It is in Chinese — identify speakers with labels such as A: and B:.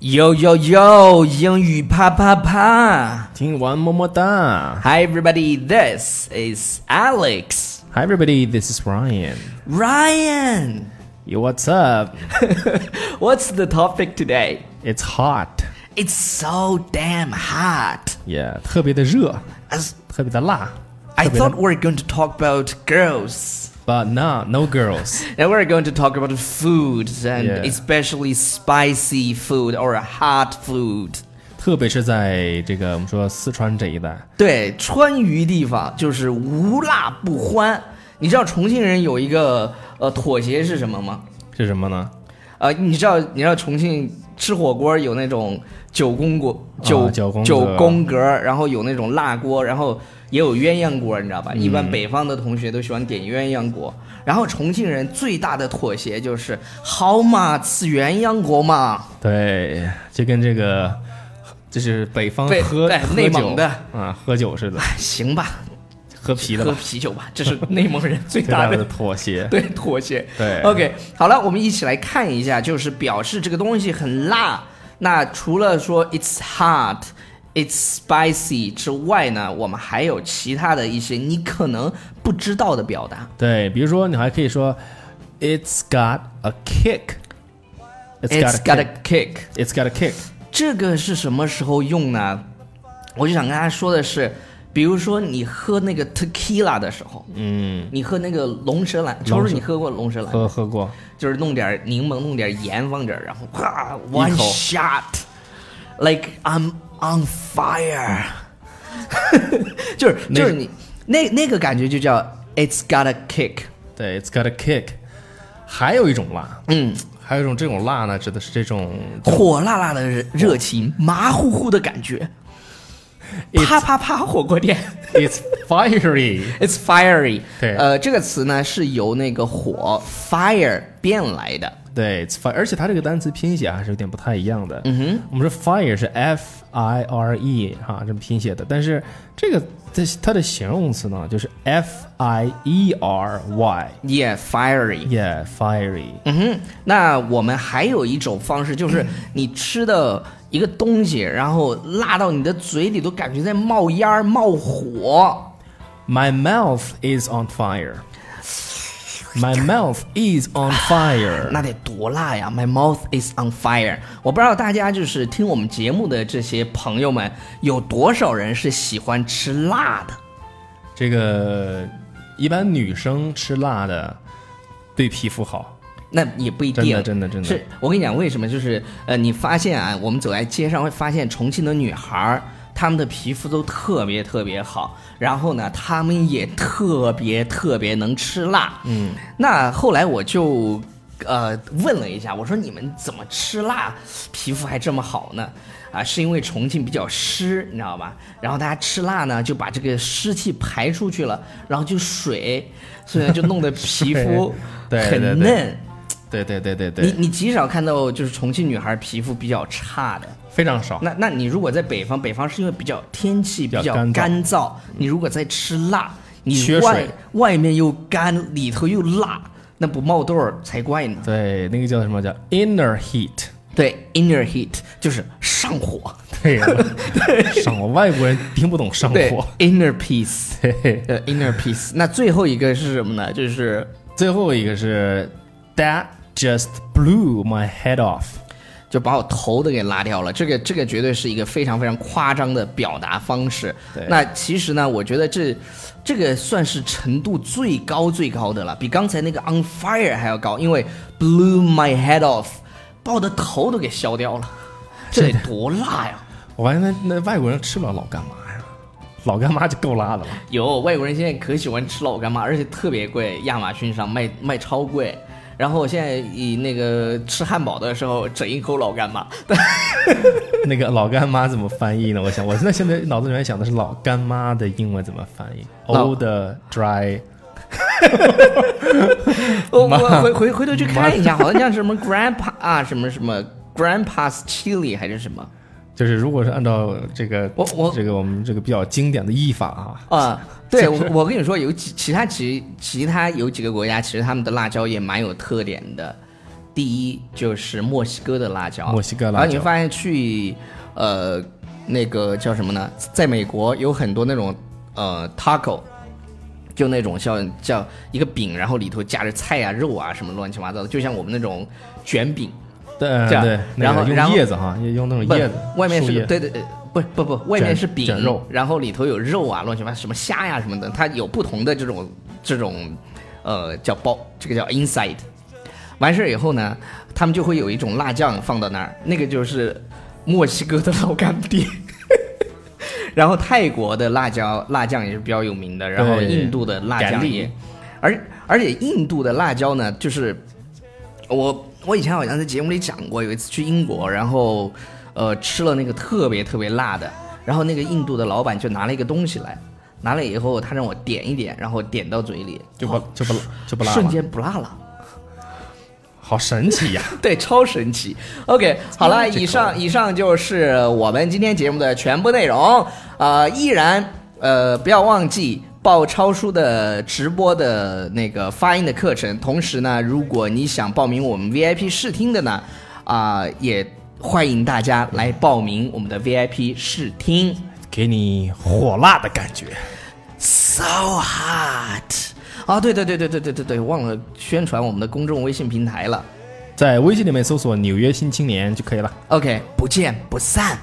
A: Yo yo yo，英语啪啪啪
B: 听完么么哒。
A: ！Hi everybody, this is Alex
B: Hi everybody, this is Ryan.
A: Ryan.
B: Yo, what's up?
A: What's the topic today?
B: It's hot.
A: It's so damn hot.
B: Yeah，特别的热，
A: As
B: 特别的辣。
A: I
B: 特别
A: thought
B: 的
A: we're going to talk about girls.
B: But no, no girls.
A: Now we're going to talk about foods and
B: Yeah.
A: especially spicy food or hot food.
B: 特别是在这个我们说四川这一带，
A: 对，川渝地方就是无辣不欢。你知道重庆人有一个呃妥协是什么吗？
B: 是什么呢？
A: 呃，你知道你知道重庆吃火锅有那种九宫锅、九、
B: 啊九宫格
A: 九宫格，然后有那种辣锅，然后也有鸳鸯锅，你知道吧？一
B: 嗯
A: 般北方的同学都喜欢点鸳鸯锅，然后重庆人最大的妥协就是好嘛，吃鸳鸯锅嘛。
B: 对，就跟这个就是北方
A: 对
B: 喝
A: 对
B: 喝
A: 哎内
B: 酒
A: 蒙的
B: 啊，喝酒似的，
A: 行吧，
B: 喝啤的
A: 喝
B: 吧，
A: 啤酒吧，这是内蒙人最
B: 最大
A: 大
B: 的
A: 的
B: 妥协。
A: 对妥协。
B: 对
A: ，OK，好了，我们一起来看一下，就是表示这个东西很辣。那除了说 it's hot。It's spicy 之外呢，我们还有其他的一些你可能不知道的表达。
B: 对，比如说你还可以说，It's got a kick。
A: It's got a kick，
B: It's got a kick。
A: 这个是什么时候用呢？我就想跟大家说的是，比如说你喝那个 tequila 的时候，
B: 嗯，
A: 你喝那个龙舌兰，超
B: 龙
A: 市
B: 舌
A: 你喝过龙舌兰吗？
B: 喝喝过。
A: 就是弄点柠檬，弄点盐，放这儿，然后哇，one
B: 一口
A: shot，like I'm on fire，就是
B: 那
A: 就是你那那个感觉就叫 it's got a kick，
B: 对，It's got a kick。还有一种辣，
A: 嗯，
B: 还有一种这种辣呢，指的是这种
A: 火辣辣的热热情，麻乎乎的感觉，
B: It's-
A: 啪啪啪火锅店
B: It's fiery。
A: ，it's fiery，
B: 对
A: 呃，这个词呢是由那个火 fire 变来的，
B: 对，it's fire，而且它这个单词拼写还是有点不太一样的。嗯哼，我们说 fire 是 f i r e 哈、这么拼写的，但是这个它它的形容词呢，就是 f i e r y。
A: yeah fiery，
B: Yeah, fiery。
A: 嗯哼，那我们还有一种方式，就是
B: 嗯
A: 你吃的一个东西，然后辣到你的嘴里都感觉在冒烟儿、冒火。
B: My mouth is on fire. My mouth is on fire.
A: 那得多辣呀！My mouth is on fire。我不知道大家就是听我们节目的这些朋友们，有多少人是喜欢吃辣的？
B: 这个一般女生吃辣的对皮肤好，
A: 那也不一定，
B: 真的真的真的
A: 是我跟你讲，为什么？就是呃，你发现啊，我们走在街上会发现重庆的女孩儿，她们的皮肤都特别特别好，然后呢，她们也特别特别能吃辣。嗯，那后来我就呃问了一下，我说你们怎么吃辣，皮肤还这么好呢？啊，是因为重庆比较湿，你知道吧？然后大家吃辣呢，就把这个湿气排出去了，然后就水，所以呢就弄得皮肤
B: 对对
A: 很
B: 对
A: 嫩。
B: 对对对对对
A: 你
B: 对，
A: 你极少看到就是重庆女孩皮肤比较差的。
B: 非常少。
A: 那那你如果在北方，北方是因为比较天气比
B: 比
A: 较
B: 较干燥嗯
A: 干燥，你如果再吃辣，你
B: 缺
A: 外
B: 水
A: 外面又干，里头又辣，那不冒痘儿才怪呢。
B: 对，那个叫什么叫 inner heat？
A: 对，inner heat 就是上火，
B: 对呀、上火，外国人听不懂上
A: 对
B: 火。
A: ，inner peace，
B: 对，
A: 呃，inner peace。那最后一个是什么呢？就是
B: 最后一个是 that just blew my head off。
A: 就把我头都给拉掉了。这个这个绝对是一个非常非常夸张的表达方式
B: 对。
A: 那其实呢，我觉得这这个算是程度最高最高的了，比刚才那个 on fire 还要高，因为 blew my head off，把我的头都给削掉了，这得多辣呀！
B: 我发现那那外国人吃不了老干妈呀，老干妈就够辣的 了。
A: 有外国人现在可喜欢吃老干妈，而且特别贵，亚马逊上卖卖超贵。然后我现在以那个吃汉堡的时候整一口老干妈，
B: 那个老干妈怎么翻译呢？我想，我现在现在脑子里面想的是老干妈的英文怎么翻译
A: 老
B: ？Old dry
A: 我
B: 妈
A: 哦我回回回头去看一下，好像叫什么 grandpa 啊，什么什么 grandpa's chili 还是什么
B: 就是如果是按照这个
A: 我我
B: 这个我们这个比较经典的译法啊，
A: 啊？对，我我跟你说，有几其他其其他有几个国家，其实他们的辣椒也蛮有特点的。第一就是墨西哥的辣椒，
B: 墨西哥
A: 然后
B: 辣
A: 你会
B: 椒，
A: 发现去呃那个叫什么呢？在美国有很多那种呃 taco，就那种像叫一个饼，然后里头夹着菜啊、肉啊什么乱七八糟的，就像我们那种卷饼，
B: 对呃
A: 这样
B: 对，那
A: 然
B: 个
A: 后
B: 用
A: 然后
B: 叶子哈，也用那
A: 不
B: 种叶子，
A: 外面
B: 树
A: 是
B: 叶
A: 个对对对。不不不，外面
B: 卷
A: 是饼
B: 卷肉，
A: 然后里头有肉啊，乱七八什么虾呀、什么的，它有不同的这种这种，呃，叫包，这个叫 inside。完事儿以后呢，他们就会有一种辣酱放到那儿，那个就是墨西哥的老干爹。 然后泰国的辣椒辣酱也是比较有名的，然后
B: 对
A: 印度的辣
B: 橄
A: 酱
B: 榄
A: 也，而而且印度的辣椒呢，就是我我以前好像在节目里讲过，有一次去英国，然后呃吃了那个特别特别辣的，然后那个印度的老板就拿了一个东西来，拿了以后他让我点一点，然后点到嘴里
B: 就不就不就不辣
A: 瞬
B: 了，
A: 间不辣了。
B: 好神奇呀！
A: 对，超神奇。OK，好了，以上以上就是我们今天节目的全部内容。呃，依然呃，不要忘记报超叔的直播的那个发音的课程。同时呢，如果你想报名我们 VIP 试听的呢，啊、也欢迎大家来报名我们的 VIP 试听。
B: 给你火辣的感觉，
A: So hot 啊！对对对对对对对对，忘了宣传我们的公众微信平台了。
B: 在微信里面搜索“纽约新青年”就可以了。
A: OK，不见不散。